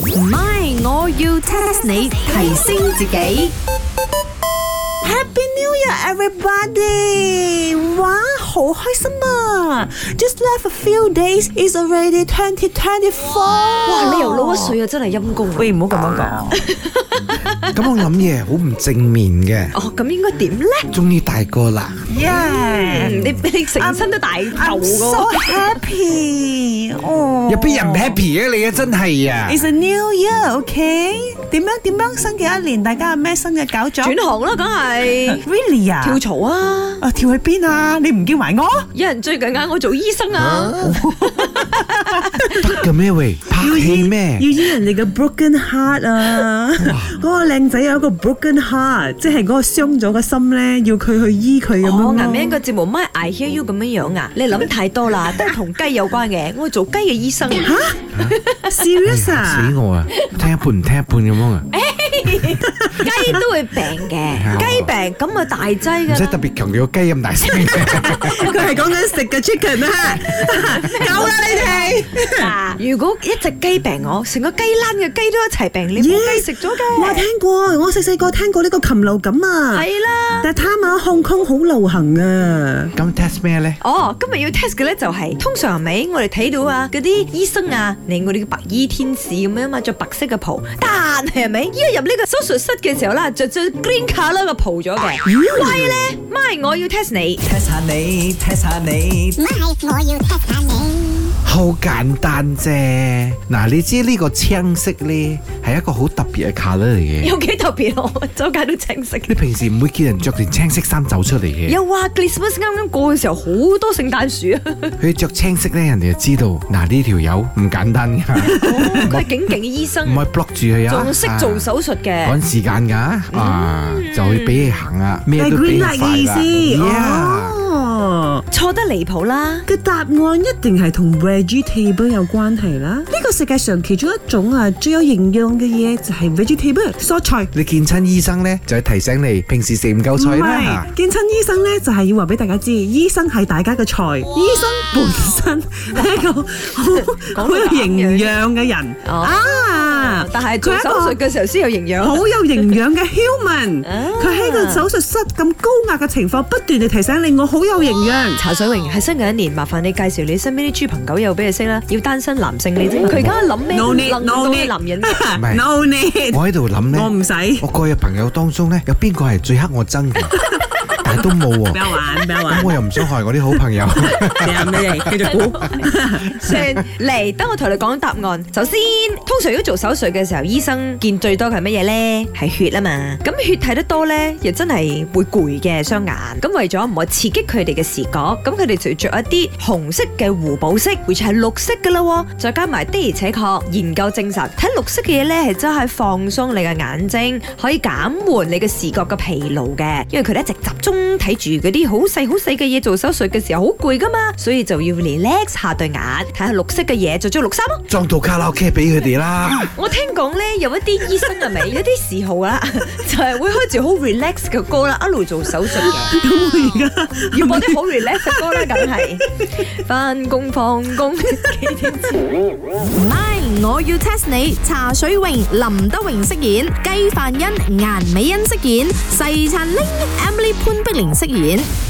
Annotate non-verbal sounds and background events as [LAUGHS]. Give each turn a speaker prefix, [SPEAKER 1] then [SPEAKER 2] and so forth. [SPEAKER 1] 唔係，我要 test 你提升自己。
[SPEAKER 2] Happy New Year, everybody！哇，好開心啊！Just left a few days is already 2024。哇
[SPEAKER 3] 哇！你又老一歲啊，真係陰公啊！
[SPEAKER 2] 喂，唔好咁樣講。
[SPEAKER 4] 咁我諗嘢好唔正面嘅，
[SPEAKER 3] 哦，咁應該點咧？
[SPEAKER 4] 終於大個啦，
[SPEAKER 2] Yeah，
[SPEAKER 3] 你你成身都大頭
[SPEAKER 2] I'm
[SPEAKER 3] 噶
[SPEAKER 2] so happy。哦，
[SPEAKER 4] 入邊人唔 happy 嘅你啊，真係啊！
[SPEAKER 2] It's a new year，OK？點樣點樣新嘅一年，大家有咩新嘅搞作
[SPEAKER 3] 轉行啦，梗係
[SPEAKER 2] ？Really à? Ờ, 啊？
[SPEAKER 3] 跳槽啊！
[SPEAKER 2] 啊跳去邊啊？你唔叫埋我？
[SPEAKER 3] 有人最近嗌我做醫生啊！
[SPEAKER 4] 得嘅咩喂？拍戲咩
[SPEAKER 2] 要？醫人哋嘅 broken heart 啊！嗰個靚仔有一個 broken heart，即係嗰個傷咗個心咧，要佢去醫佢咁樣
[SPEAKER 3] 我
[SPEAKER 2] 咯。
[SPEAKER 3] 顏面個節目咪 I Hear You 咁樣樣啊！你諗太多啦，都係同雞有關嘅。我做雞嘅醫生，雞
[SPEAKER 2] serious
[SPEAKER 4] 死
[SPEAKER 2] 啊！
[SPEAKER 4] 我啊！聽一半唔聽一半咁樣啊！
[SPEAKER 3] 哎都會病嘅，雞病咁啊大劑
[SPEAKER 4] 唔
[SPEAKER 3] 㗎
[SPEAKER 4] 使
[SPEAKER 3] 啦
[SPEAKER 4] 特。別強調個雞咁
[SPEAKER 3] [LAUGHS]
[SPEAKER 4] 大聲嘅，
[SPEAKER 2] 佢係講緊食嘅 chicken [LAUGHS] 啊！夠啦你哋！
[SPEAKER 3] 嗱，如果一隻雞病我，成個雞欄嘅雞都一齊病，你冇
[SPEAKER 2] Yes
[SPEAKER 3] 雞食咗
[SPEAKER 2] 我
[SPEAKER 3] 嘅，
[SPEAKER 2] 聽過，我細細個聽過呢個禽流感啊，
[SPEAKER 3] 係啦。
[SPEAKER 2] 但係貪下控空好流行啊！
[SPEAKER 4] 咁 test 咩咧？
[SPEAKER 3] 哦，今日要 test 嘅咧就係、通常係咪我哋睇到啊嗰啲醫生啊，嚟我哋嘅白衣天使咁樣嘛，着白色嘅袍，但係咪一入呢個手術室嘅時候啦，着咗 green color 嘅袍咗嘅，
[SPEAKER 2] 啊
[SPEAKER 3] [LAUGHS] 喂咧，咪我要 test 你。 [LAUGHS]
[SPEAKER 5] test 下你，test 下你
[SPEAKER 6] My，我要 test 下你。
[SPEAKER 4] 好簡單啫！嗱，你知呢個青色咧係一個好特別嘅 colour 嚟嘅，
[SPEAKER 3] 有幾特別喎我周街都青色。
[SPEAKER 4] 你平時唔會見人着件青色衫走出嚟嘅。
[SPEAKER 3] 又話啊 Christmas 啱啱過嘅時候好多聖誕樹啊，
[SPEAKER 4] 佢着青色咧，人哋就知道嗱呢條友唔簡單㗎，
[SPEAKER 3] [LAUGHS] 佢係警警嘅醫
[SPEAKER 4] 唔
[SPEAKER 3] 生，
[SPEAKER 4] 可以 block 住佢啊！
[SPEAKER 3] 仲識做手術嘅
[SPEAKER 4] 趕。時間㗎，啊就會俾你行啊，咩
[SPEAKER 2] 嗯係
[SPEAKER 4] 都
[SPEAKER 2] green
[SPEAKER 4] 俾你
[SPEAKER 2] light
[SPEAKER 4] 快
[SPEAKER 2] 嘅意思
[SPEAKER 4] 啦。Yeah，
[SPEAKER 2] 哦。
[SPEAKER 3] 錯得離譜啦！
[SPEAKER 2] 嘅答案一定係同 vegetable 有關係啦。呢個世界上其中一種啊最有營養嘅嘢就係 vegetable 蔬菜。
[SPEAKER 4] 你見親醫生咧，就係提醒你平時食唔夠菜啦。
[SPEAKER 2] 係見親醫生咧，就係要話俾大家知，醫生係大家嘅菜，醫生本身係一個好好有營養嘅人
[SPEAKER 3] 哦
[SPEAKER 2] 啊。
[SPEAKER 3] 但係做
[SPEAKER 2] 佢係一
[SPEAKER 3] 手
[SPEAKER 2] 個
[SPEAKER 3] 術嘅時候先有營養。
[SPEAKER 2] 好有營養嘅 human，
[SPEAKER 3] 啊
[SPEAKER 2] 佢喺個手術室咁高壓嘅情況，不斷地提醒你我好有營養。
[SPEAKER 3] 茶水榮喺新嘅一年，麻煩你介紹你身邊啲豬朋狗友俾佢識啦。要單身男性你知，嗯佢而家諗咩？
[SPEAKER 2] No need，
[SPEAKER 3] 諗到
[SPEAKER 2] no
[SPEAKER 3] 嘅
[SPEAKER 2] need
[SPEAKER 3] 男 [LAUGHS] 人，
[SPEAKER 4] 唔係
[SPEAKER 2] No need，
[SPEAKER 4] 我喺度諗咧，
[SPEAKER 2] 我唔使
[SPEAKER 4] 我過去嘅朋友當中咧，有邊個係最黑我憎
[SPEAKER 2] [LAUGHS]
[SPEAKER 4] 嘅？但係都冇
[SPEAKER 2] 不
[SPEAKER 4] 喎。
[SPEAKER 2] 要玩，不要玩
[SPEAKER 4] 咁。我又唔想害我啲好
[SPEAKER 2] [LAUGHS]
[SPEAKER 4] 朋友。
[SPEAKER 2] 你係咩嚟？繼續估。
[SPEAKER 3] 算嚟，等我同你講答案。首先，通常要做手術嘅時候，醫生見最多嘅係乜嘢呢？係血啊嘛。咁血睇得多呢，又真係會攰嘅雙眼。咁為咗唔好刺激佢哋嘅視覺，咁佢哋就着一啲紅色嘅互補色，which 係綠色噶啦喎。再加埋的而且確研究證實，睇綠色嘅嘢呢，係真係放鬆你嘅眼睛，可以減緩你嘅視覺嘅疲勞嘅。因為佢哋一直集中睇住嗰啲好細好細嘅嘢做手術嘅時候好攰噶嘛，所以就要 relax 下對眼，睇下綠色嘅嘢就着綠衫咯。
[SPEAKER 4] 撞到卡拉 OK 俾佢哋啦，
[SPEAKER 3] 我聽講呢，有一啲醫生係咪有啲嗜好啦， [LAUGHS] 就係會開住好 relax 嘅歌啦，一路做手術嘅，
[SPEAKER 2] 咁我而家
[SPEAKER 3] 要播啲好 relax 嘅歌啦，梗係翻工放工。
[SPEAKER 1] 唔係，我要 test 你。茶水榮、林德榮飾演，雞范欣、顏美欣飾演，細陳玲、Emily 潘碧玲飾演。